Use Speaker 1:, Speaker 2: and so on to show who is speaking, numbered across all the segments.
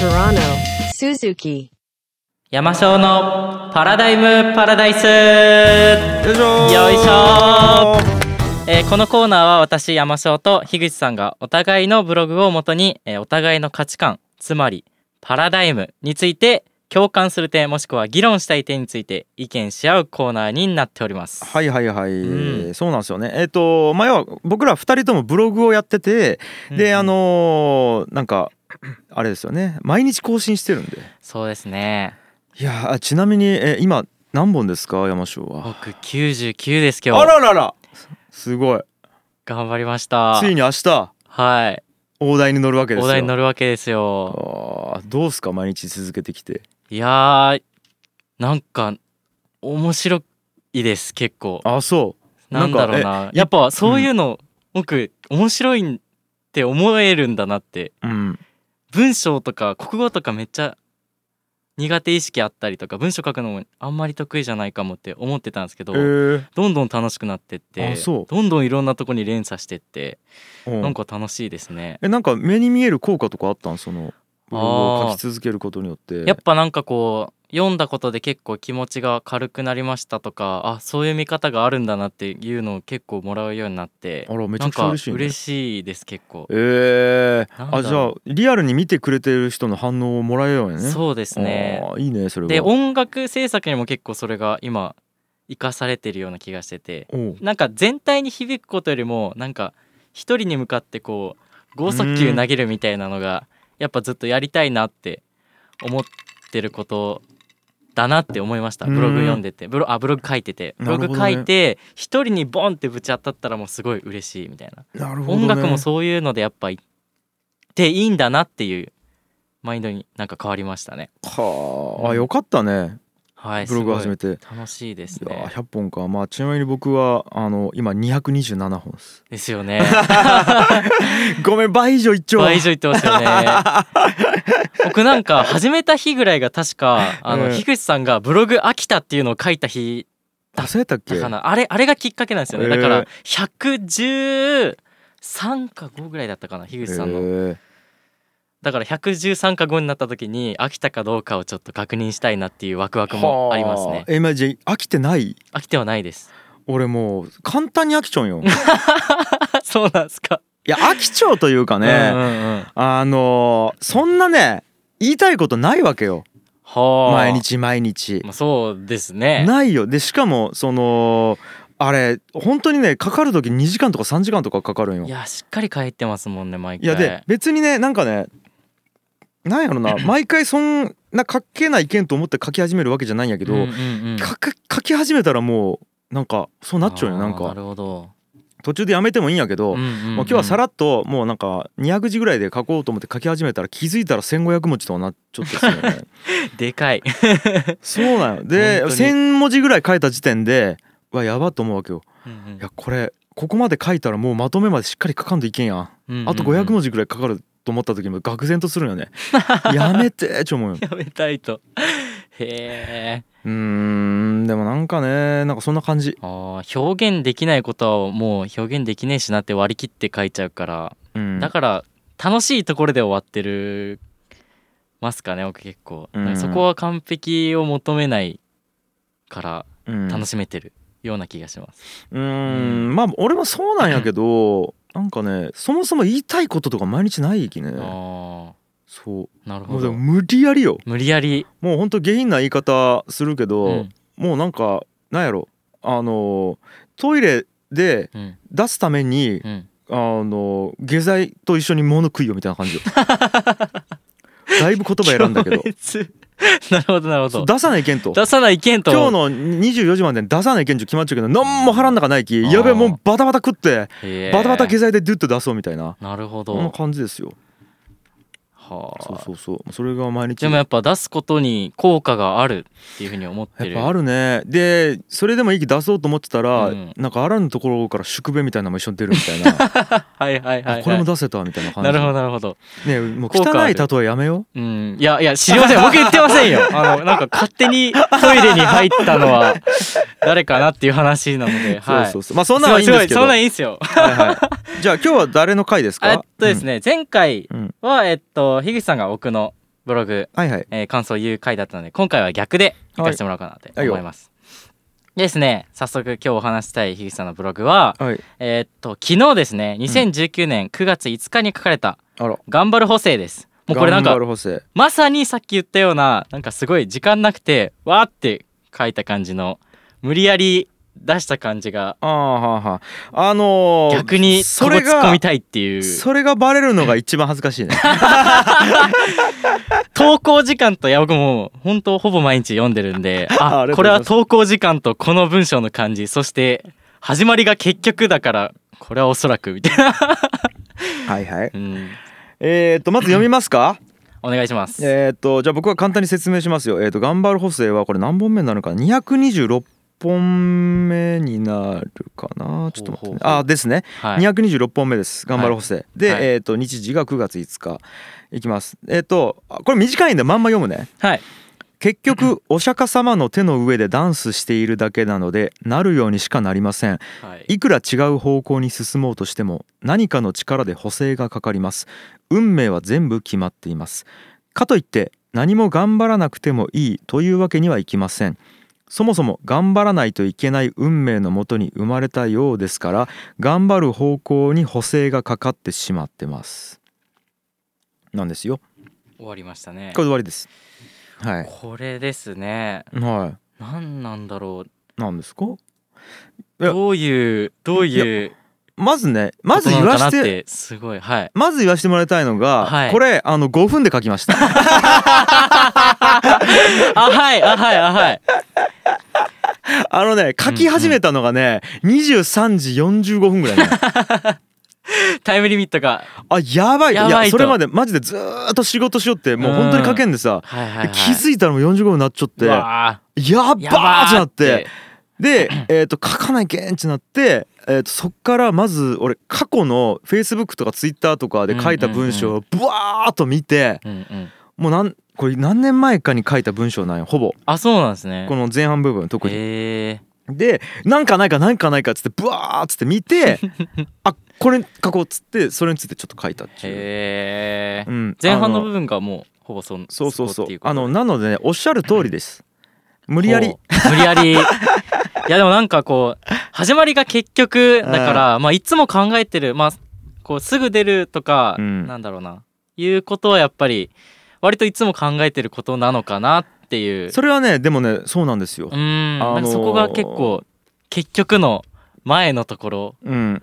Speaker 1: Murano, Suzuki.
Speaker 2: 山椒のパラダイムパラダイス、え
Speaker 3: よいしょー
Speaker 2: よいしょーこのコーナーは私山椒と樋口さんがお互いのブログをもとに、えーお互いの価値観つまりパラダイムについて共感する点もしくは議論したい点について意見し合うコーナーになっております。
Speaker 3: はいはいはい、
Speaker 2: うん
Speaker 3: そうなんですよねえっ、とまあ要は僕ら二人ともブログをやってて、
Speaker 2: うんう
Speaker 3: で
Speaker 2: ん
Speaker 3: あのーなんかあれですよね毎日更新してるんで
Speaker 2: そうですね
Speaker 3: いやーちなみに、えー今何本ですか山椒は
Speaker 2: 僕99です今
Speaker 3: あ
Speaker 2: 日
Speaker 3: らららすごい
Speaker 2: 頑張りました
Speaker 3: ついに明日
Speaker 2: はい
Speaker 3: 大台に乗るわけですよ
Speaker 2: お題に乗るわけですよ
Speaker 3: あーどうすか毎日続けてきて
Speaker 2: いやーなんか面白いです結構
Speaker 3: あそうな
Speaker 2: なんん
Speaker 3: か
Speaker 2: だろうな
Speaker 3: え
Speaker 2: やっぱそういうの、僕面白いって思えるんだなって
Speaker 3: うん
Speaker 2: 文章とか国語とかめっちゃ苦手意識あったりとか文章書くのもあんまり得意じゃないかもって思ってたんですけど、
Speaker 3: えー
Speaker 2: どんどん楽しくなってって
Speaker 3: あそう
Speaker 2: どんどんいろんなとこに連鎖してって
Speaker 3: うん
Speaker 2: なんか楽しいですね。
Speaker 3: えなんか目に見える効果とかあったんそのブログを書き続けることによって
Speaker 2: やっぱなんかこう読んだことで結構気持ちが軽くなりましたとかあそういう見方があるんだなっていうのを結構もらうようになって
Speaker 3: あらめち
Speaker 2: な
Speaker 3: ゃ
Speaker 2: ん
Speaker 3: くちゃ
Speaker 2: か
Speaker 3: 嬉しい、ね、
Speaker 2: 嬉しいです結構、
Speaker 3: ええ
Speaker 2: なんだろう
Speaker 3: あじゃあリアルに見てくれてる人の反応をもらえようよねう
Speaker 2: そうですね
Speaker 3: いいねそれは
Speaker 2: で音楽制作にも結構それが今生かされてるような気がしてて
Speaker 3: おう
Speaker 2: なんか全体に響くことよりもなんか一人に向かってこう剛速球投げるみたいなのがやっぱずっとやりたいなって思ってることだなって思いました
Speaker 3: うん
Speaker 2: ブログ読んでてブロあブログ書いててブ
Speaker 3: なる
Speaker 2: ロ
Speaker 3: ほどね
Speaker 2: グ書いて一人にボンってぶち当たったらもうすごい嬉しいみたいな、
Speaker 3: なるほど、ね、
Speaker 2: 音楽もそういうのでやっぱいっていいんだなっていうマインドになんか変わりましたね
Speaker 3: はあ
Speaker 2: う
Speaker 3: あ
Speaker 2: ん
Speaker 3: よかったね
Speaker 2: はい
Speaker 3: ブログ
Speaker 2: すごい
Speaker 3: 始めて、
Speaker 2: 楽しいです
Speaker 3: いやー
Speaker 2: ね
Speaker 3: 100本かまあちなみに僕はあの今227本です
Speaker 2: ですよ ね
Speaker 3: ごめん倍以上一丁
Speaker 2: 倍以上言ってます よね僕なんか始めた日ぐらいが確かあの、
Speaker 3: うん
Speaker 2: 樋口さんがブログ飽きたっていうのを書いた日
Speaker 3: あそうやったっけ
Speaker 2: だかなあれあれがきっかけなんですよね、
Speaker 3: えー
Speaker 2: だから113か5ぐらいだったかな樋口さんの、
Speaker 3: え
Speaker 2: だから113か5になった時に飽きたかどうかをちょっと確認したいなっていうワクワ
Speaker 3: え
Speaker 2: クもあります
Speaker 3: はあ
Speaker 2: ね
Speaker 3: え今じゃあ飽きてない
Speaker 2: 飽きてはないです
Speaker 3: 俺もう簡単に飽きちゃうよい
Speaker 2: そうなんですか
Speaker 3: や飽きちゃうというかね、
Speaker 2: うんうんうん
Speaker 3: あのーそんなね言いたいことないわけよ
Speaker 2: はあ
Speaker 3: 毎、日毎日
Speaker 2: まあ、そうですね
Speaker 3: ないよでしかもそのあれ本当にねかかる時2時間とか3時間とかかかるんよ
Speaker 2: い
Speaker 3: いや
Speaker 2: やしっかり書いてますもんね毎回
Speaker 3: で別にねなんかねなんやろ な毎回そんな書けないけんと思って書き始めるわけじゃないんやけど、
Speaker 2: うんうんうん
Speaker 3: かか書き始めたらもうなんかそうなっちゃうよ
Speaker 2: あー
Speaker 3: なん
Speaker 2: な
Speaker 3: か
Speaker 2: るほど、
Speaker 3: 途中でやめてもいいんやけど、
Speaker 2: うんうんうん
Speaker 3: もう今日はさらっともうなんか200字ぐらいで書こうと思って書き始めたら気づいたら1500文字とかなっちゃってすよね
Speaker 2: でかい
Speaker 3: そうなので
Speaker 2: 本当に
Speaker 3: 1,000文字ぐらい書いた時点でうわやばと思うわけよいやこれここまで書いたらもうまとめまでしっかり書かんといけんやんあと500文
Speaker 2: 字
Speaker 3: 字ぐらいかかると思った時も愕然とするよ ねやめてーちょ思うよ
Speaker 2: やめたいとへえ
Speaker 3: うーんでもなんかねなんかそんな感じ
Speaker 2: あー表現できないことはもう表現できねえしなって割り切って書いちゃうから、
Speaker 3: うん
Speaker 2: だから楽しいところで終わってるますかね僕結構、
Speaker 3: うん
Speaker 2: なんかそこは完璧を求めないから
Speaker 3: うん
Speaker 2: 楽しめてるような気がします、
Speaker 3: うーんまあ俺もそうなんやけど なんかねそもそも言いたいこととか毎日ないきね
Speaker 2: あ
Speaker 3: そ
Speaker 2: あなる
Speaker 3: うも
Speaker 2: ほ
Speaker 3: うで
Speaker 2: ど
Speaker 3: も無理やりよ
Speaker 2: 無理やり、
Speaker 3: もうほんと下品な言い方するけど、
Speaker 2: うん
Speaker 3: もうなんかなんやろあのトイレで
Speaker 2: うん
Speaker 3: 出すために
Speaker 2: うん、
Speaker 3: あの下剤と一緒に物食いよみたいな感 じよだいぶ言葉選んだけど
Speaker 2: 強烈 なるほどなるほ
Speaker 3: そう
Speaker 2: ど
Speaker 3: 出さないけんと
Speaker 2: 出さないけんと
Speaker 3: 今日の24時までに出さないけんちゅう決まっちゃうけど何も腹ん中ないき
Speaker 2: あー
Speaker 3: やべえもうバタバタ食って
Speaker 2: へー
Speaker 3: バタバタ下剤でドゥッと出そうみたいな
Speaker 2: なるほど、
Speaker 3: そんな感じですよ
Speaker 2: はあ
Speaker 3: そうそうそうそれが毎日
Speaker 2: でもやっぱ出すことに効果があるっていうふうに思って
Speaker 3: やっ
Speaker 2: る
Speaker 3: ぱあるねでそれでもいい気出そうと思ってたら、
Speaker 2: うん
Speaker 3: なんかあらぬところから宿便みたいなのも一緒に出るみたいな
Speaker 2: はいはいはい、は
Speaker 3: あ
Speaker 2: い、
Speaker 3: これも出せたみたいな感じ
Speaker 2: なるほどなるほど
Speaker 3: ねもう
Speaker 2: 効果
Speaker 3: 汚
Speaker 2: あ
Speaker 3: い
Speaker 2: る
Speaker 3: 例えやめよ
Speaker 2: うんいやいや知りません僕言ってません よあのなんか勝手にトイレに入ったのは誰かなっていう話なので、
Speaker 3: う、
Speaker 2: はい、
Speaker 3: そうそうそうまあそんなのはいいんですけ
Speaker 2: ご
Speaker 3: ど
Speaker 2: いそんなんいいんですよ
Speaker 3: はい はい、じゃあ今日は誰の回です
Speaker 2: えっ
Speaker 3: か
Speaker 2: とです
Speaker 3: ね、
Speaker 2: ね前回
Speaker 3: うん
Speaker 2: はえっと樋口さんが奥のブログ、
Speaker 3: はいはい
Speaker 2: えー感想を言う回だったので今回は逆でいかせてもらおうかなと思います、でですね早速今日お話ししたい樋口さんのブログは、
Speaker 3: はい
Speaker 2: えーっと昨日ですね2019年9月5日に書かれた
Speaker 3: あら
Speaker 2: 「頑張る補正」ですもうこれなん
Speaker 3: 頑
Speaker 2: か
Speaker 3: 張る補正
Speaker 2: まさにさっき言ったようななんかすごい時間なくてわーって書いた感じの無理やり出した感じが
Speaker 3: あーはーはーあのー、
Speaker 2: 逆にそ
Speaker 3: そ
Speaker 2: こ突
Speaker 3: れ
Speaker 2: っ込
Speaker 3: が
Speaker 2: みたいっていう
Speaker 3: それがバレるのが一番恥ず かしいね
Speaker 2: 投稿時間といや僕もう本当ほぼ毎日読んでるん で
Speaker 3: あ
Speaker 2: あ
Speaker 3: ありがとうございます
Speaker 2: これは投稿時間とこの文章の感じそして始まりが結局だからこれはおそらくみたいな、
Speaker 3: はいはい
Speaker 2: うん、
Speaker 3: えー、とまず読みますか
Speaker 2: お願いします、
Speaker 3: えーっとじゃあ僕は簡単に説明しますよえー、と頑張る補正はこれ何本目になるかな226本目になるかなちょっと待って、
Speaker 2: ほ
Speaker 3: ね、
Speaker 2: うほうほう
Speaker 3: あですね
Speaker 2: はい
Speaker 3: 226本目です頑張る補正、で、
Speaker 2: はい
Speaker 3: えー、と日時が9月5日いきますえっ、とあこれ短いんでまんま読むね
Speaker 2: はい
Speaker 3: 結局お釈迦様の手の上でダンスしているだけなのでなるようにしかなりません
Speaker 2: はい
Speaker 3: いくら違う方向に進もうとしても何かの力で補正がかかります運命は全部決まっていますかといって何も頑張らなくてもいいというわけにはいきませんそもそも頑張らないといけない運命のもとに生まれたようですから頑張る方向に補正がかかってしまってますなんですよ
Speaker 2: 終わりましたね
Speaker 3: これで終わりですはい
Speaker 2: これですね
Speaker 3: は
Speaker 2: 何なんだろう
Speaker 3: いなんですかや
Speaker 2: どういうどういう
Speaker 3: まずねま
Speaker 2: こと
Speaker 3: ず言
Speaker 2: なの
Speaker 3: わ
Speaker 2: かな
Speaker 3: し
Speaker 2: っててすごいはい
Speaker 3: まず言わせてもらいたいのが、
Speaker 2: はい
Speaker 3: これあの5分で書きました
Speaker 2: あはいあはいあはい
Speaker 3: あのね書き始めたのがね、23時45分ぐらいね
Speaker 2: タイムリミットが
Speaker 3: あやばい
Speaker 2: やばいと
Speaker 3: いやそれまでマジでずーっと仕事しよってもう本当に書けんでさ、
Speaker 2: はいはい、はい、
Speaker 3: 気づいたらもう45分になっちゃって
Speaker 2: う
Speaker 3: やっ
Speaker 2: わーや
Speaker 3: ばーってなって
Speaker 2: ばー
Speaker 3: で、えー、と書かないけんってなって、えー、とそっからまず俺過去の Facebook とか Twitter とかで書いた文章をブワーっと見て
Speaker 2: うんうん
Speaker 3: もうなんこれ何年前かに書いた文章なんよほぼ
Speaker 2: あそうなんですね
Speaker 3: この前半部分特に。
Speaker 2: へえ
Speaker 3: でなんかないかなんかないかっつってブワーっつって見てあこれ書こうっつってそれについてちょっと書いたっていう、
Speaker 2: へ
Speaker 3: う
Speaker 2: え
Speaker 3: ん、
Speaker 2: 前半の部
Speaker 3: 分
Speaker 2: 分がもうほぼそん
Speaker 3: そうそうそ
Speaker 2: こ
Speaker 3: う
Speaker 2: っていこと
Speaker 3: あのなのでねおっしゃる通りです無
Speaker 2: 無
Speaker 3: 理やり
Speaker 2: 無理やりいやでもなんかこう始まりが結局だからまあいつも考えてるまあこうすぐ出るとか
Speaker 3: うん
Speaker 2: なんだろうないうことはやっぱり割といつも考えてることなのかなっていう
Speaker 3: それはねでもねそうなんですよ
Speaker 2: う、ーん、
Speaker 3: あのー
Speaker 2: なんかそこが結構結局の前のところ
Speaker 3: うん、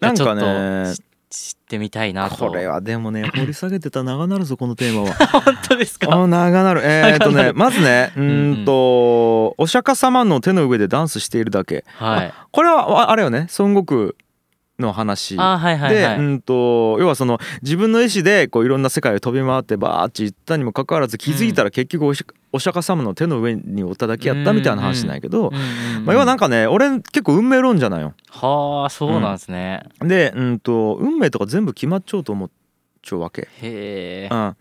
Speaker 3: な
Speaker 2: が
Speaker 3: ん
Speaker 2: ちょ
Speaker 3: か
Speaker 2: っと
Speaker 3: ね
Speaker 2: し知ってみたいなと
Speaker 3: これはでもね掘り下げてたら長なるぞこのテーマは
Speaker 2: 本当ですか
Speaker 3: あ長なるえーっとねまずねうーんとお釈迦様の手の上でダンスしているだけ
Speaker 2: はい
Speaker 3: これはああれよね孫悟空の話
Speaker 2: あはいはい
Speaker 3: で、
Speaker 2: はい、
Speaker 3: うんと要はその自分の意思でこういろんな世界を飛び回ってバーッて行ったにもかかわらず気づいたら結局おしお釈迦様の手の上におっただけやったみたいな話なんやけど、まあ、要はなん
Speaker 2: か
Speaker 3: かね俺結構運命論じゃないよ。
Speaker 2: はあそうなんですね、
Speaker 3: で、うん、と運命とか全部決まっちゃうと思っちゃうわけ。
Speaker 2: へえ
Speaker 3: うん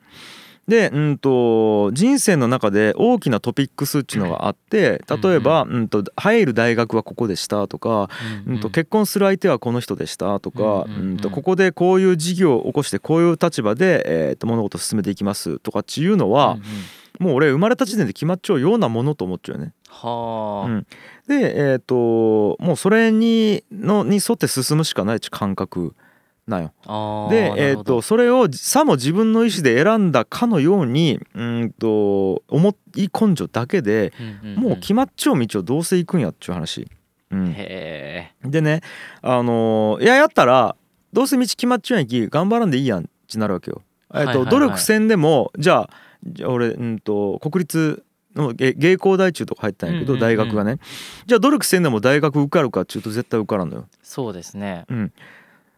Speaker 3: でうん、と人生の中で大きなトピックスっていうのがあって例えば、うん、と入る大学はここでしたとかうんと結婚する相手はこの人でしたとか、
Speaker 2: う
Speaker 3: うんん
Speaker 2: うんうん
Speaker 3: とここでこういう事業を起こしてこういう立場で、えー、と物事を進めていきますとかっていうのは、もう俺生まれた時点で決まっちゃうようなものと思っちゃうよね。
Speaker 2: はあ、
Speaker 3: うんで、えー、ともうそれにのに沿って進むしかないって感覚なんよ。
Speaker 2: あー
Speaker 3: で、
Speaker 2: な
Speaker 3: え
Speaker 2: る
Speaker 3: ー、
Speaker 2: ほ
Speaker 3: と
Speaker 2: ど
Speaker 3: それをさも自分の意思で選んだかのようにうんと思い根性だけで
Speaker 2: うんうんん
Speaker 3: もう決まっちゃう道をどうせ行くんやっちゅう話。うん、
Speaker 2: へえ
Speaker 3: でねあのーいややったらどうせ道決まっちゃうんやき頑張らんでいいやんってなるわけよ。え
Speaker 2: は
Speaker 3: っと
Speaker 2: いはいはい
Speaker 3: 努力せんでもじゃあじゃあ俺、うん、と国立の芸芸工大中とか入ったんやけど、
Speaker 2: うんうんうん
Speaker 3: 大学がねじゃあ努力せんでも大学受かるかっちゅうと絶対受からんのよ。
Speaker 2: そうですね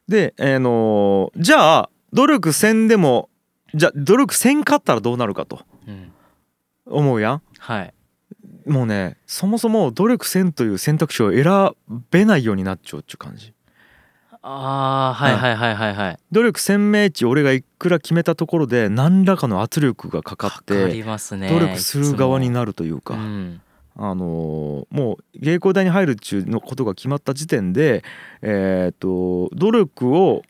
Speaker 3: で、えーのーじゃあ努力せんでもじゃあ努力せんかったらどうなるかと
Speaker 2: うん
Speaker 3: 思うやん。
Speaker 2: はい
Speaker 3: もうねそもそも努力せんという選択肢を選べないようになっちゃうっちゅう感じ。
Speaker 2: あーはいはいはいはいはい
Speaker 3: 努力鮮明値俺がいくら決めたところで何らかの圧力がかかっ
Speaker 2: かか
Speaker 3: て
Speaker 2: りますね
Speaker 3: 努力する側に
Speaker 2: る
Speaker 3: なるというか、
Speaker 2: うん
Speaker 3: あのーもう芸工大に入るっちゅうのことが決まった時点でえっ、と努力を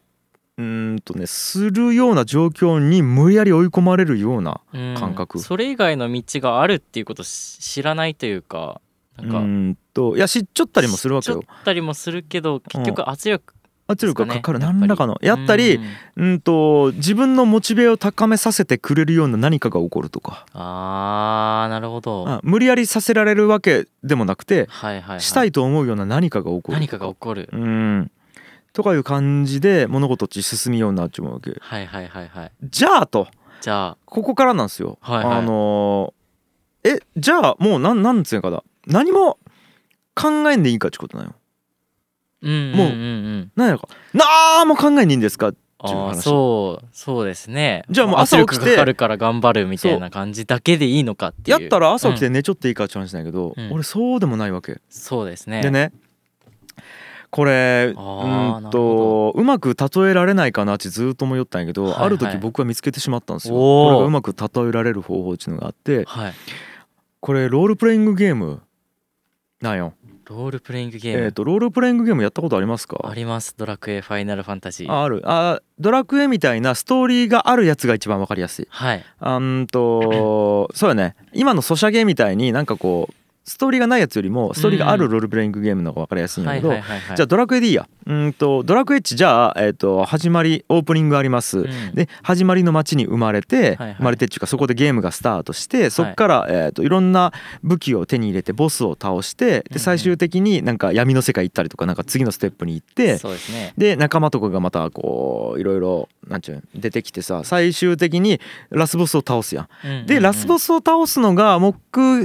Speaker 3: うーんとねするような状況に無理やり追い込まれるような
Speaker 2: うん
Speaker 3: 感覚
Speaker 2: それ以外の道があるっていうことをし知らないというかな
Speaker 3: うん
Speaker 2: か、
Speaker 3: ーんといや知っちゃったりもするわけよ
Speaker 2: 知っちゃったりもするけど結局圧力
Speaker 3: 圧力がかかる
Speaker 2: ですね
Speaker 3: 何らかのやったり
Speaker 2: うん
Speaker 3: うんと自分のモチベを高めさせてくれるような何かが起こるとか
Speaker 2: あーなるほど
Speaker 3: あ無理やりさせられるわけでもなくて
Speaker 2: はいはい、はい、
Speaker 3: したいと思うような何かが起こる
Speaker 2: 何かが起こる
Speaker 3: うんとかいう感じで物事って進むようになっちまうわけ
Speaker 2: はいはいはいはい
Speaker 3: じゃあと
Speaker 2: じゃあ
Speaker 3: ここからなんですよ、
Speaker 2: はいはい
Speaker 3: あのーえじゃあもうなんなんつうのかな何も考えんでいいかってことなんよ
Speaker 2: うんうん
Speaker 3: もう
Speaker 2: うんうん
Speaker 3: 何やかなんも考えんでいいんですか
Speaker 2: あ
Speaker 3: っていう
Speaker 2: ー
Speaker 3: 話
Speaker 2: そうそうですね
Speaker 3: じゃあもう朝起きて
Speaker 2: 圧力かかるから頑張るみたいな感じだけでいいのかってい
Speaker 3: や
Speaker 2: う
Speaker 3: ったら朝起き
Speaker 2: う
Speaker 3: て
Speaker 2: ん
Speaker 3: 寝ちょっていいかって話なんやけど、
Speaker 2: うん
Speaker 3: 俺そうでもないわけ、
Speaker 2: そうですね
Speaker 3: でねこれう
Speaker 2: あー
Speaker 3: ん
Speaker 2: なるほ
Speaker 3: とうまく例えられないかなってずっと迷ったんやけど、
Speaker 2: はいはい
Speaker 3: ある時僕は見つけてしまったんですよ
Speaker 2: おー
Speaker 3: これがうまく例えられる方法っていうのがあって
Speaker 2: はい
Speaker 3: これロールプレイングゲームなんよ、
Speaker 2: ロールプレイングゲーム、
Speaker 3: えー、とロールプレイングゲームやったことありますか
Speaker 2: ありますドラクエファイナルファンタジー
Speaker 3: ああるあドラクエみたいなストーリーがあるやつが一番わかりやすい
Speaker 2: はい
Speaker 3: あん とそうやね今のソシャゲみたいになんかこうストーリーがないやつよりもストーリーがあるロールプレイングゲームの方がわかりやすいんだ
Speaker 2: は
Speaker 3: け
Speaker 2: い
Speaker 3: ど、
Speaker 2: はいはいはい
Speaker 3: じゃあドラクエでいいやうんとドラクエっちじゃあ、えー、と始まりオープニングあります、
Speaker 2: うん
Speaker 3: で始まりの街に生まれて、
Speaker 2: はいはい
Speaker 3: 生まれてっていうかそこでゲームがスタートしてそっから、いえー、といろんな武器を手に入れてボスを倒して
Speaker 2: うんうん
Speaker 3: で最終的になんか闇の世界行ったりとかなんか次のステップに行って
Speaker 2: そうですね
Speaker 3: で仲間とかがまたこういろいろなんちゅうん出てきてさ最終的にラスボスを倒すやん。でラスボ
Speaker 2: ス
Speaker 3: スを倒すのが目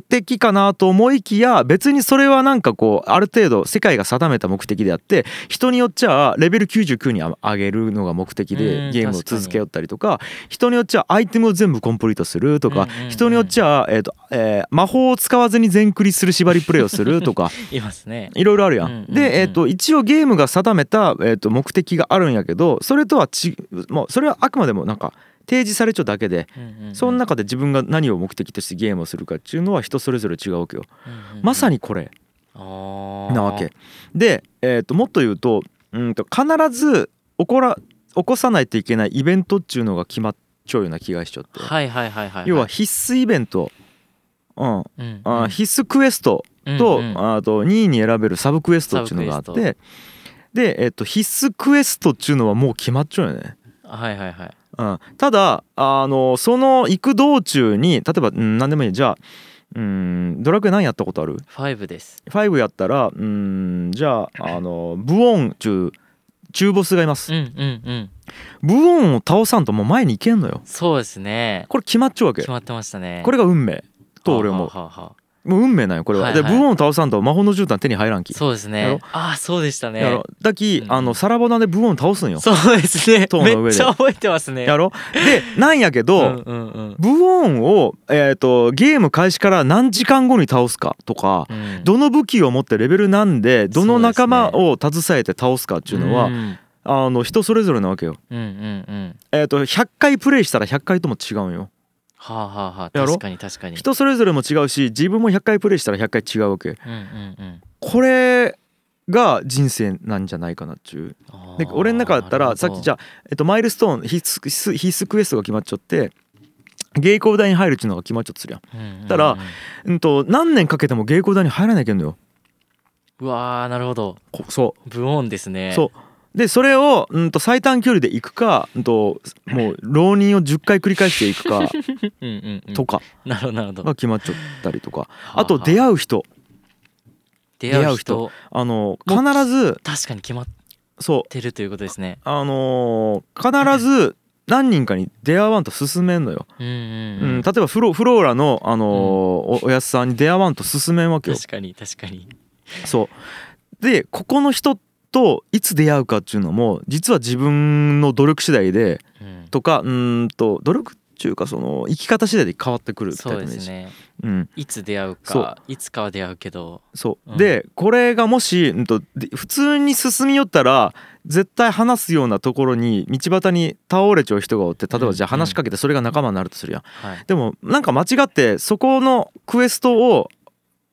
Speaker 3: 的かなと思いきや別にそれはなんかこうある程度世界が定めた目的であって人によっちゃレベル99に上げるのが目的
Speaker 2: うん
Speaker 3: でゲームを
Speaker 2: 確かに
Speaker 3: 続けよったりとか人によっちゃアイテムを全部コンプリートすると
Speaker 2: う
Speaker 3: か
Speaker 2: んうんうん
Speaker 3: 人によっちゃえーとえー魔法を使わずに全クリする縛りプレイをする とか
Speaker 2: いますね
Speaker 3: いろいろあるやん。
Speaker 2: うんうんうん
Speaker 3: で、えー、と一応ゲームが定めた、えー、と目的があるんやけどそれとはちもうそれはあくまでもなんか提示されちゃうだけで
Speaker 2: うんうんうん
Speaker 3: その中で自分が何を目的としてゲームをするかっていうのは人それぞれ違うわけよ。まさ
Speaker 2: に
Speaker 3: にこれ
Speaker 2: な
Speaker 3: なわけ。で、えー、ともっと言うとうんと必ず起こら起こさないといけないイベントっていうのが決まっちゃうような気がしちゃって、
Speaker 2: はいはいはいはいい
Speaker 3: 要は必須イベント、うん、
Speaker 2: うん
Speaker 3: あ
Speaker 2: うん
Speaker 3: 必須クエストと,、
Speaker 2: うんうん
Speaker 3: あと2位に選べるサブクエストっていうのがあっ
Speaker 2: サブク
Speaker 3: てで、えっと必須クエストっていうのはもう決まっちゃうよね。
Speaker 2: はいはいはい
Speaker 3: うん、ただあのその行く道中に例えば、うん、何でもいいじゃあうんドラクエ何やったことある
Speaker 2: ファイブです
Speaker 3: 5やったらうんじゃああのブオン中中ボスがいま
Speaker 2: う
Speaker 3: す
Speaker 2: んうんうん
Speaker 3: ブオンを倒さんともう前に行けんのよ
Speaker 2: そうですね
Speaker 3: これ決まっちゃうわけ
Speaker 2: 決まってましたね
Speaker 3: これが運命と俺
Speaker 2: も
Speaker 3: 思うもう運命なんよこれは、
Speaker 2: はいはい
Speaker 3: でブオンを倒さんと魔法の絨毯手に入らんき
Speaker 2: そうです
Speaker 3: や
Speaker 2: ね
Speaker 3: ろ
Speaker 2: ああそうでしたね
Speaker 3: やろだき、
Speaker 2: うん
Speaker 3: あのサラボナでブオン倒すんよ
Speaker 2: そうですね
Speaker 3: 塔の上で
Speaker 2: めっちゃ覚えてますね
Speaker 3: やろでなんやけ
Speaker 2: う
Speaker 3: ど、
Speaker 2: んうんうん
Speaker 3: ブオンを、えー、とゲーム開始から何時間後に倒すかとか、
Speaker 2: うん
Speaker 3: どの武器を持ってレベルなんでどの仲間
Speaker 2: そ
Speaker 3: を携えて倒すかっていうのは
Speaker 2: んうん
Speaker 3: あの人それぞれなわけよ。
Speaker 2: うんうん
Speaker 3: えー、と100回プレイしたら100回とも違うんよ
Speaker 2: はあはあはあ
Speaker 3: やろ
Speaker 2: 確かに確かに
Speaker 3: 人それぞれも違うし自分も100回プレイしたら100回違うわけ
Speaker 2: うんうんうん
Speaker 3: これが人生なんじゃないかなっちゅうで俺の中だったらさっきじ
Speaker 2: ゃ
Speaker 3: ゃあ、えっと、マイルストーン必須必須必須クエストが決まっちゃって芸工大に入るっていうのが決まっちゃってするやんたらうんと何年かけても芸工大に入らなきゃいけんのよ
Speaker 2: うわーなるほど
Speaker 3: こそう
Speaker 2: ブオンですね
Speaker 3: そうでそれを、うん、と最短距離で行くか、うん、ともう浪人を10回繰り返していく か
Speaker 2: うんうんうん
Speaker 3: とか
Speaker 2: なるほどなるほど
Speaker 3: が決まっちゃったりとか
Speaker 2: あ
Speaker 3: あと出
Speaker 2: う
Speaker 3: 会う人
Speaker 2: 出会
Speaker 3: 出会
Speaker 2: う
Speaker 3: う人
Speaker 2: 人
Speaker 3: あの必ず
Speaker 2: 確かに決まっ
Speaker 3: そう
Speaker 2: てるということですね
Speaker 3: あのー必ず何人かに出会わんと進めんのよ、
Speaker 2: うん
Speaker 3: う
Speaker 2: うんうん
Speaker 3: ん、例えばフロフローラの、あのーおおやすさんに出会わんと進めんわけよ
Speaker 2: 確かに確かに
Speaker 3: そうでここの人といつ出会うかっていうのも実は自分の努力次第で
Speaker 2: うん
Speaker 3: とかうーんと努力っていうかその生き方次第で変わってくるみたい
Speaker 2: そ
Speaker 3: な
Speaker 2: う
Speaker 3: イ
Speaker 2: で
Speaker 3: メー
Speaker 2: す
Speaker 3: ジ
Speaker 2: ね
Speaker 3: うん
Speaker 2: いつ出会う
Speaker 3: そ
Speaker 2: かいつかは出会うけど
Speaker 3: そう、
Speaker 2: うん
Speaker 3: でこれがもし、うん、とで普通に進み寄ったら絶対話すようなところに道端に倒れちゃう人がおって例え
Speaker 2: うん
Speaker 3: ばじゃあ話しかけてそれが仲間になるとするやん、
Speaker 2: はい
Speaker 3: でもなんか間違ってそこのクエストを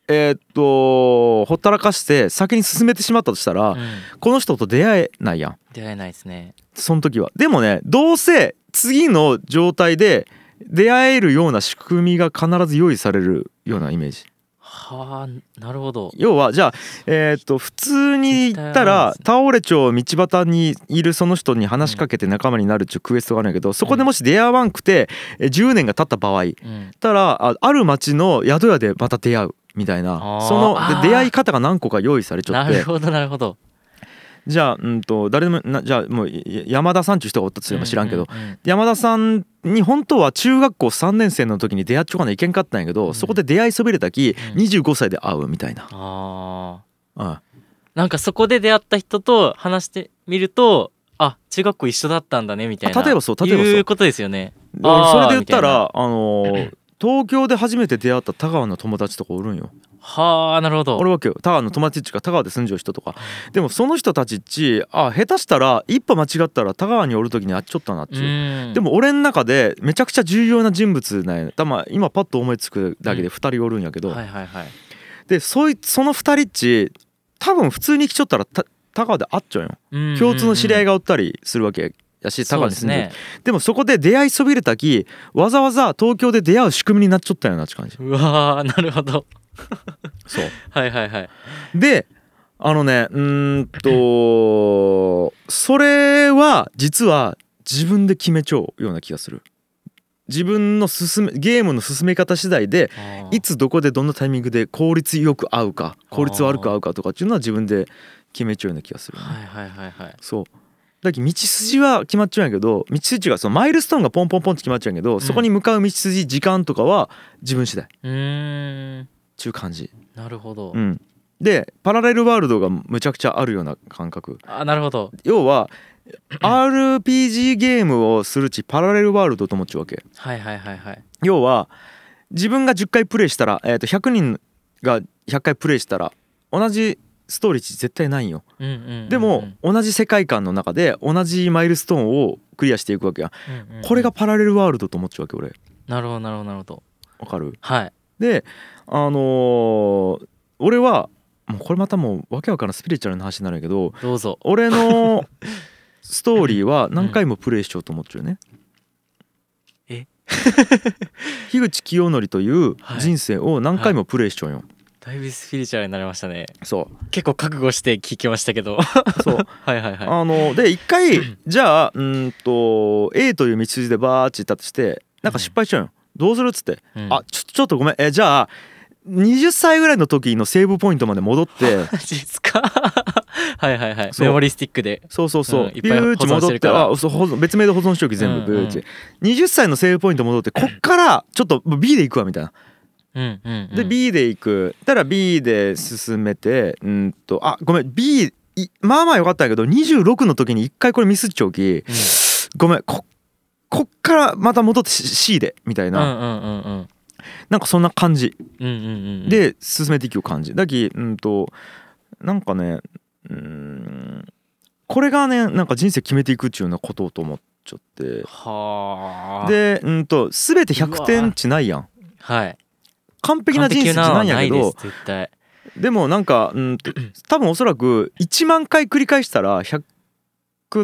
Speaker 3: えーっとほったらかして先に進めてしまったとしたら、
Speaker 2: うん
Speaker 3: この人と出会えないやん
Speaker 2: 出会えないですね
Speaker 3: その時はでもねどうせ次の状態で出会えるような仕組みが必ず用意されるようなイメージ
Speaker 2: はあなるほど
Speaker 3: 要はじゃあえーっと普通に行ったら
Speaker 2: 絶
Speaker 3: 倒れ町道端にいるその人に話しかけて仲間になるっていうクエストがあるんやけどそこでもし出会わんくてえ10年が経った場合
Speaker 2: うん
Speaker 3: たらあある町の宿屋でまた出会うみたいな
Speaker 2: あー
Speaker 3: その
Speaker 2: あ
Speaker 3: で
Speaker 2: ー
Speaker 3: 出会い方が何個か用意されちゃ
Speaker 2: な
Speaker 3: って
Speaker 2: るほどなるほど
Speaker 3: じゃあうんと誰でもなじゃあもうや山田さんっていう人がおったとすれば知らんけど、
Speaker 2: うううん
Speaker 3: 山田さんに本当は中学校3年生の時に出会っちゃうかないけんかったんやけど、
Speaker 2: うん
Speaker 3: そこで出会いそびれたき
Speaker 2: うん
Speaker 3: 25歳で会うみたいな、
Speaker 2: あ
Speaker 3: うん、
Speaker 2: ーなんかそこで出会った人と話してみるとあ中学校一緒だったんだねみたいな
Speaker 3: あ例えばそう例えばそう
Speaker 2: いうことですよね
Speaker 3: で俺
Speaker 2: あー
Speaker 3: それで言った
Speaker 2: みたい
Speaker 3: らあの ー東京で初めて出会った田川の友達とかおるんよ
Speaker 2: はあなるほど
Speaker 3: おるわけよ田川の友達っちか田川で住んじゃう人とかでもその人たちっちあ下手したら一歩間違ったら田川におる時に会っちゃったなっちゅう、
Speaker 2: うん
Speaker 3: でも俺の中でめちゃくちゃ重要な人物なんやたま今パッと思いつくだけで2人おるんやけど、
Speaker 2: はいはいはい
Speaker 3: でそいその2人っち多分普通に来ちゃったらた田川で会っちゃうよ共通の知り合い
Speaker 2: が
Speaker 3: がおったりするわけやし田
Speaker 2: そう
Speaker 3: 川
Speaker 2: で
Speaker 3: に
Speaker 2: す
Speaker 3: 住んでる
Speaker 2: ね
Speaker 3: でもそこで出会いそびれたきわざわざ東京で出会う仕組みになっちゃったよなって感じ
Speaker 2: うわーなるほど
Speaker 3: そう
Speaker 2: はいはいはい
Speaker 3: であのねうーんとそれは実は自分で決めちゃうような気がする自分の進めゲームの進め方次第で
Speaker 2: あー
Speaker 3: いつどこでどんなタイミングで効率よく合うか効率悪く合うかとかっていうのは自分で決めちゃうような気がするね、
Speaker 2: はいはいはいはい
Speaker 3: そうだけど道筋は決まっちゃうんやけど道筋がそのマイルストーンがポンポンポンって決まっちゃうんやけど、そこに向かう道筋時間とかは自分次第っ
Speaker 2: うーん
Speaker 3: ていう感じ、
Speaker 2: なるほど、
Speaker 3: うん、でパラレルワールドがむちゃくちゃあるような感覚
Speaker 2: あなるほど
Speaker 3: 要 は RPG ゲームをするうちパラレルワールドと思っちゃうわけ
Speaker 2: はいはいはいはい
Speaker 3: 要は自分が10回プレイしたら、えー、と100人が100回プレイしたら同じストーリー値絶対ないんよ
Speaker 2: うんうんうんうん
Speaker 3: でも同じ世界観の中で同じマイルストーンをクリアしていくわけや
Speaker 2: うんうんうん
Speaker 3: これがパラレルワールドと思っちゃうわけ俺
Speaker 2: なるほどなるほどなるほど
Speaker 3: わかる
Speaker 2: はい
Speaker 3: であのー俺はもうこれまたもうわけわからんスピリチュアルな話になるんやけど
Speaker 2: どうぞ
Speaker 3: 俺のストーリーは何回もプレイしようと思っちゃうね、
Speaker 2: え
Speaker 3: 樋口清則という
Speaker 2: はい
Speaker 3: 人生を何回もプレイしちゃうよ、
Speaker 2: だいぶスピリチュアルになりましたね
Speaker 3: そう
Speaker 2: 結構覚悟して聞きましたけど
Speaker 3: そう
Speaker 2: はいはいはい
Speaker 3: あので一 回じゃあうーんと A という道筋でバーッて行ったとしてなんか失敗しちゃうよどうするっつって
Speaker 2: うん
Speaker 3: あちょちょっとごめんえじゃあ20歳ぐらいの時のセーブポイントまで 戻って
Speaker 2: マジっすかはいはいはい
Speaker 3: そう
Speaker 2: メモリースティックで
Speaker 3: そうそうそう、
Speaker 2: うんいっ
Speaker 3: ビ
Speaker 2: ぱい
Speaker 3: ューッて
Speaker 2: 保存し
Speaker 3: 戻
Speaker 2: て
Speaker 3: っ
Speaker 2: る
Speaker 3: て
Speaker 2: から
Speaker 3: あそう保存別名で保存しておき全部
Speaker 2: うん
Speaker 3: ビ
Speaker 2: うん
Speaker 3: ューッて20歳のセーブポイント戻ってこっからちょっと B で行くわみたいな
Speaker 2: うんうん、うん、
Speaker 3: で B で行くたら B で進めてうんとあごめん B いまあまあよかったんやけど26の時に一回これミスっちゃおき
Speaker 2: うん
Speaker 3: ごめんここっからまた戻って C C でみたいう
Speaker 2: ん
Speaker 3: な、
Speaker 2: うんうんうん
Speaker 3: なんかそんな感じ
Speaker 2: うんうんうん
Speaker 3: で進めていく感じだきうんとなんかねうんこれがねなんか人生決めていくっちゅうようなことと思っちゃって
Speaker 2: はあ
Speaker 3: でうんと全て
Speaker 2: う
Speaker 3: 100
Speaker 2: わ
Speaker 3: 点値ないやん
Speaker 2: はい
Speaker 3: 完璧な人生じゃないんや
Speaker 2: 完
Speaker 3: け
Speaker 2: 璧なのは
Speaker 3: ど
Speaker 2: です絶対
Speaker 3: でもなんかう んと多分おそらく1万回繰り返したら100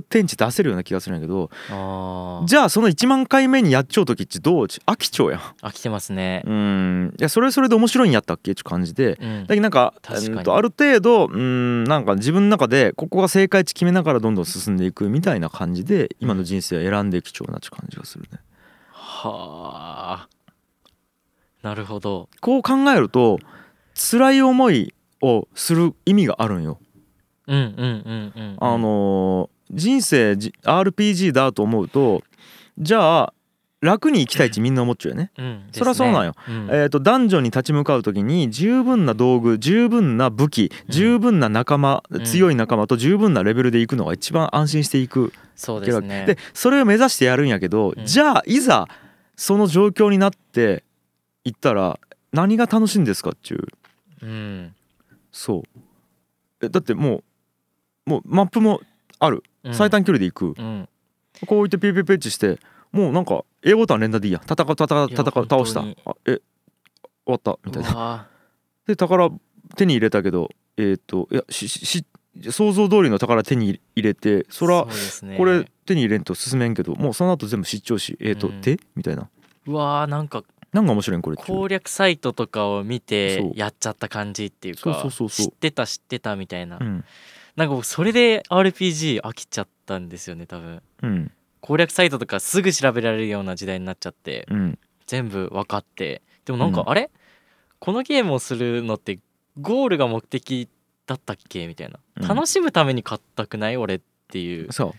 Speaker 3: 点値出せるような気がするんやけど
Speaker 2: ああ
Speaker 3: じゃあその1万回目にやっちゃう時っちどうち飽きちゃうやん
Speaker 2: 飽きてますね
Speaker 3: うんいやそれはそれで面白いんやったっけっていう感じで
Speaker 2: うん
Speaker 3: だけどなんか
Speaker 2: 確かに
Speaker 3: うんとある程度うんなんか自分の中でここが正解値決めながらどんどん進んでいくみたいな感じで今の人生を選んでいくようなって感じがするね。
Speaker 2: はあなるほど
Speaker 3: こう考えると辛い思いをする意味があるんよ。
Speaker 2: うんうんうんうんうん
Speaker 3: あのー人生じ RPG だと思うとじゃあ楽に生きたいってみんな思っちゃうよね。
Speaker 2: うん
Speaker 3: そりゃそうなんよ、
Speaker 2: ですねうん
Speaker 3: えー、とダンジョンに立ち向かう時に十分な道具十分な武器
Speaker 2: ん
Speaker 3: 十分な仲間、
Speaker 2: ん
Speaker 3: 強い仲間と十分なレベルで行くのが一番安心していく
Speaker 2: そう
Speaker 3: わ
Speaker 2: で
Speaker 3: け
Speaker 2: す
Speaker 3: だ
Speaker 2: ね
Speaker 3: でそれを目指してやるんやけど、
Speaker 2: うん
Speaker 3: じゃあいざその状況になって行ったら何が楽しいんですかっていう
Speaker 2: うん
Speaker 3: そうえだってもうもうマップもある
Speaker 2: うん
Speaker 3: 最短距離で行
Speaker 2: う
Speaker 3: く、
Speaker 2: ん
Speaker 3: こう置いてピューピューピューってしてもうなんか A ボタン連打でいいや戦う戦う
Speaker 2: い
Speaker 3: 戦
Speaker 2: や
Speaker 3: う戦う倒した
Speaker 2: 本当に
Speaker 3: あえ終わったみたいな
Speaker 2: うわ
Speaker 3: で宝手に入れたけどえっ、といやしし想像通りの宝手に入れてそら
Speaker 2: うですね
Speaker 3: これ手に入れんと進めんけどもうその後全部失調しえっ、と、
Speaker 2: うん
Speaker 3: でみたいな
Speaker 2: うわーなんか
Speaker 3: なんか面白いんこれっていう
Speaker 2: 攻略サイトとかを見て
Speaker 3: そう
Speaker 2: やっちゃった感じっていうか
Speaker 3: そうそうそうそう
Speaker 2: 知ってた知ってたみたいな、
Speaker 3: うん
Speaker 2: なんか僕それで RPG 飽きちゃったんですよね多分
Speaker 3: うん
Speaker 2: 攻略サイトとかすぐ調べられるような時代になっちゃって
Speaker 3: うん
Speaker 2: 全部分かってでもなんか、
Speaker 3: うん
Speaker 2: あれこのゲームをするのってゴールが目的だったっけみたいな、
Speaker 3: うん
Speaker 2: 楽しむために買ったくない俺っていう
Speaker 3: そう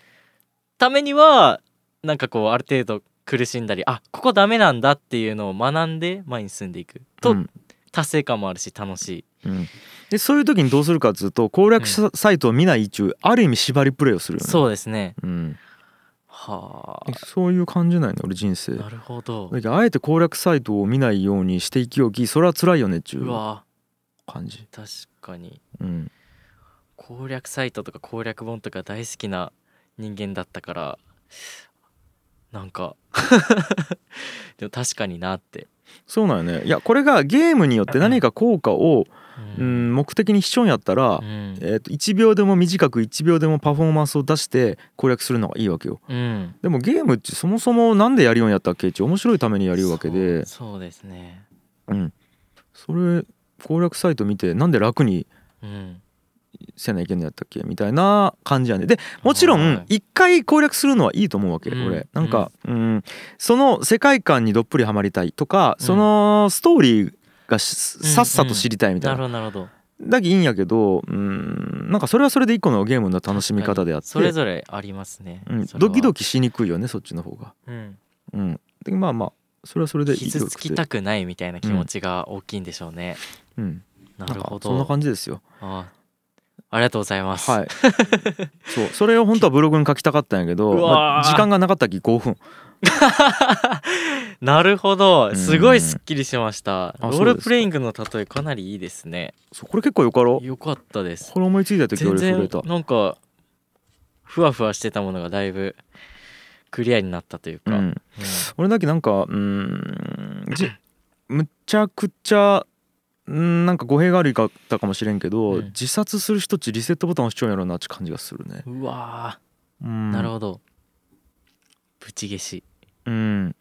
Speaker 2: ためにはなんかこうある程度苦しんだりあここダメなんだっていうのを学んで前に進んでいくと、
Speaker 3: うん
Speaker 2: 達成感もあるし楽しい
Speaker 3: うんでそういう時にどうするかっつうと攻略ササイトを見ない中ある意味縛りプレイをするよね
Speaker 2: そうですね
Speaker 3: うん、
Speaker 2: は
Speaker 3: えそういう感じないの俺人生
Speaker 2: あなるほど
Speaker 3: だけどあえて攻略サイトを見ないようにしていきおきそれは辛いよねっちゅ
Speaker 2: う
Speaker 3: う
Speaker 2: わ
Speaker 3: 感じ
Speaker 2: 確かに
Speaker 3: うん
Speaker 2: 攻略サイトとか攻略本とか大好きな人間だったからなんか でも確かになって、
Speaker 3: そうなんよねいやこれがゲームによって何か効果を、う
Speaker 2: うん
Speaker 3: ん、目的にしちょんやったら、
Speaker 2: うん
Speaker 3: えー、と1秒でも短く1秒でもパフォーマンスを出して攻略するのがいいわけよ
Speaker 2: うん
Speaker 3: でもゲームってそもそもなんでやるようにやったっけって面白いためにやるわけで
Speaker 2: そうそうですね
Speaker 3: うん、それ攻略サイト見てなんで楽に
Speaker 2: うん
Speaker 3: せないけんのやったっけみたいな感じやねでもちろ
Speaker 2: はい
Speaker 3: ん一回攻略するのはいいと思うわけ、
Speaker 2: うん
Speaker 3: 俺なんか、うん、その世界観にどっぷりハマりたいとか、そのストーリーがし
Speaker 2: うん
Speaker 3: さっさと知りたいみたい
Speaker 2: なるほ
Speaker 3: な,、
Speaker 2: どなるほど
Speaker 3: だけいいんやけど、うん、なんかそれはそれで一個のゲームの楽しみ方であって
Speaker 2: それぞれありますね、
Speaker 3: うん、
Speaker 2: それは
Speaker 3: ドキドキしにくいよねそっちの方が。
Speaker 2: うん
Speaker 3: うん、でまあまあそれはそれでいいよ
Speaker 2: 傷つきたくないみたいな気持ちが大きいんでしょうね、
Speaker 3: うん、
Speaker 2: なる
Speaker 3: な
Speaker 2: ほ
Speaker 3: んか
Speaker 2: ど
Speaker 3: そんな感じですよ。
Speaker 2: ああありがとうございます、
Speaker 3: はい。そう、それを本当はブログに書きたかったんやけど、
Speaker 2: うわー
Speaker 3: まあ時間がなかったき5分。
Speaker 2: なるほど
Speaker 3: ん
Speaker 2: すごいすっきりしましたロ
Speaker 3: あ
Speaker 2: ー
Speaker 3: そうですか
Speaker 2: ルプレイングの例えかなりいいですね
Speaker 3: そう、これ結構よかろう。
Speaker 2: よかったです
Speaker 3: これ思いついた時
Speaker 2: 全
Speaker 3: 俺震
Speaker 2: 然
Speaker 3: えた。
Speaker 2: なんかふわふわしてたものがだいぶクリアになったという
Speaker 3: う
Speaker 2: か、うん
Speaker 3: ん、俺だけなんか、うーん、じ、むちゃくちゃ。うんなんか語弊がある言い方かもしれんけど、
Speaker 2: うん
Speaker 3: 自殺する人っちリセットボタン押しちゃうんやろうなって感じがするね。
Speaker 2: うわ
Speaker 3: うん、
Speaker 2: ーなるほどぶち消し
Speaker 3: うん、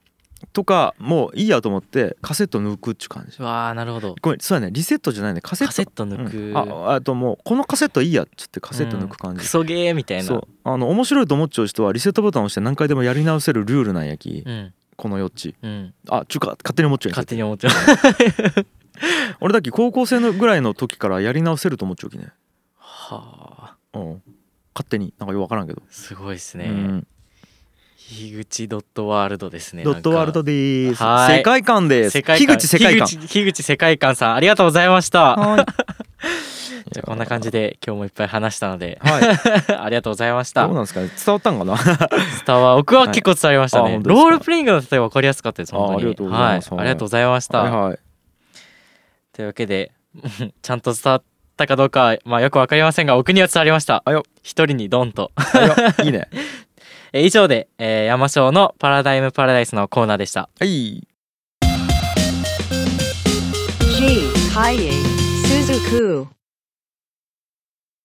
Speaker 3: とかもういいやと思ってカセット抜くっちゅう感じ
Speaker 2: う。わーなるほど
Speaker 3: ごめんそうやねリセットじゃないねカセッ
Speaker 2: カ
Speaker 3: ト
Speaker 2: セット抜く、
Speaker 3: うんああともうこのカセットいいやっつってカセット抜く感
Speaker 2: うん
Speaker 3: じ
Speaker 2: ク、ソゲーみたいな
Speaker 3: そうあの面白いと思っちゃう人はリセットボタンを押して何回でもやり直せるルールなんやき、
Speaker 2: うん
Speaker 3: この4ち
Speaker 2: うん
Speaker 3: あちゅうか勝手に思っちゃうや
Speaker 2: 勝
Speaker 3: ん
Speaker 2: 手に思ってます
Speaker 3: 俺だっけ高校生のぐらいの時からやり直せると思っちゃうきね、
Speaker 2: はあ
Speaker 3: うん、勝手になんかよく分からんけど、
Speaker 2: すごいです
Speaker 3: う
Speaker 2: ね
Speaker 3: ん
Speaker 2: 樋口ドットワールドですね
Speaker 3: ドットワールド
Speaker 2: なんか
Speaker 3: でーす
Speaker 2: はい
Speaker 3: 世界観です
Speaker 2: 世界観
Speaker 3: 樋口世界観
Speaker 2: 樋口樋口世界観さんありがとうございました
Speaker 3: は
Speaker 2: じゃあこんな感じで今日もいっぱい話したので
Speaker 3: い はい
Speaker 2: ありがとうございました
Speaker 3: どうなんですかね伝わったんかなあ
Speaker 2: スタは僕は結構伝わりましたね、
Speaker 3: はいあ本当です
Speaker 2: ロ
Speaker 3: か
Speaker 2: ールプレイングの例えば分かりやすかったです
Speaker 3: あ
Speaker 2: 本当に
Speaker 3: ありがとうございます
Speaker 2: は
Speaker 3: はい
Speaker 2: ありがとうございました、
Speaker 3: はいはい
Speaker 2: というわけで ちゃんと伝わったかどうかまあよく分かりませんが奥には伝わりました
Speaker 3: あよ
Speaker 2: 一人にドンと
Speaker 3: あよいいね
Speaker 2: え以上で、えー、山椒のパラダイムパラダイスのコーナーでした
Speaker 3: はい
Speaker 1: G. Kaye. Suzuku.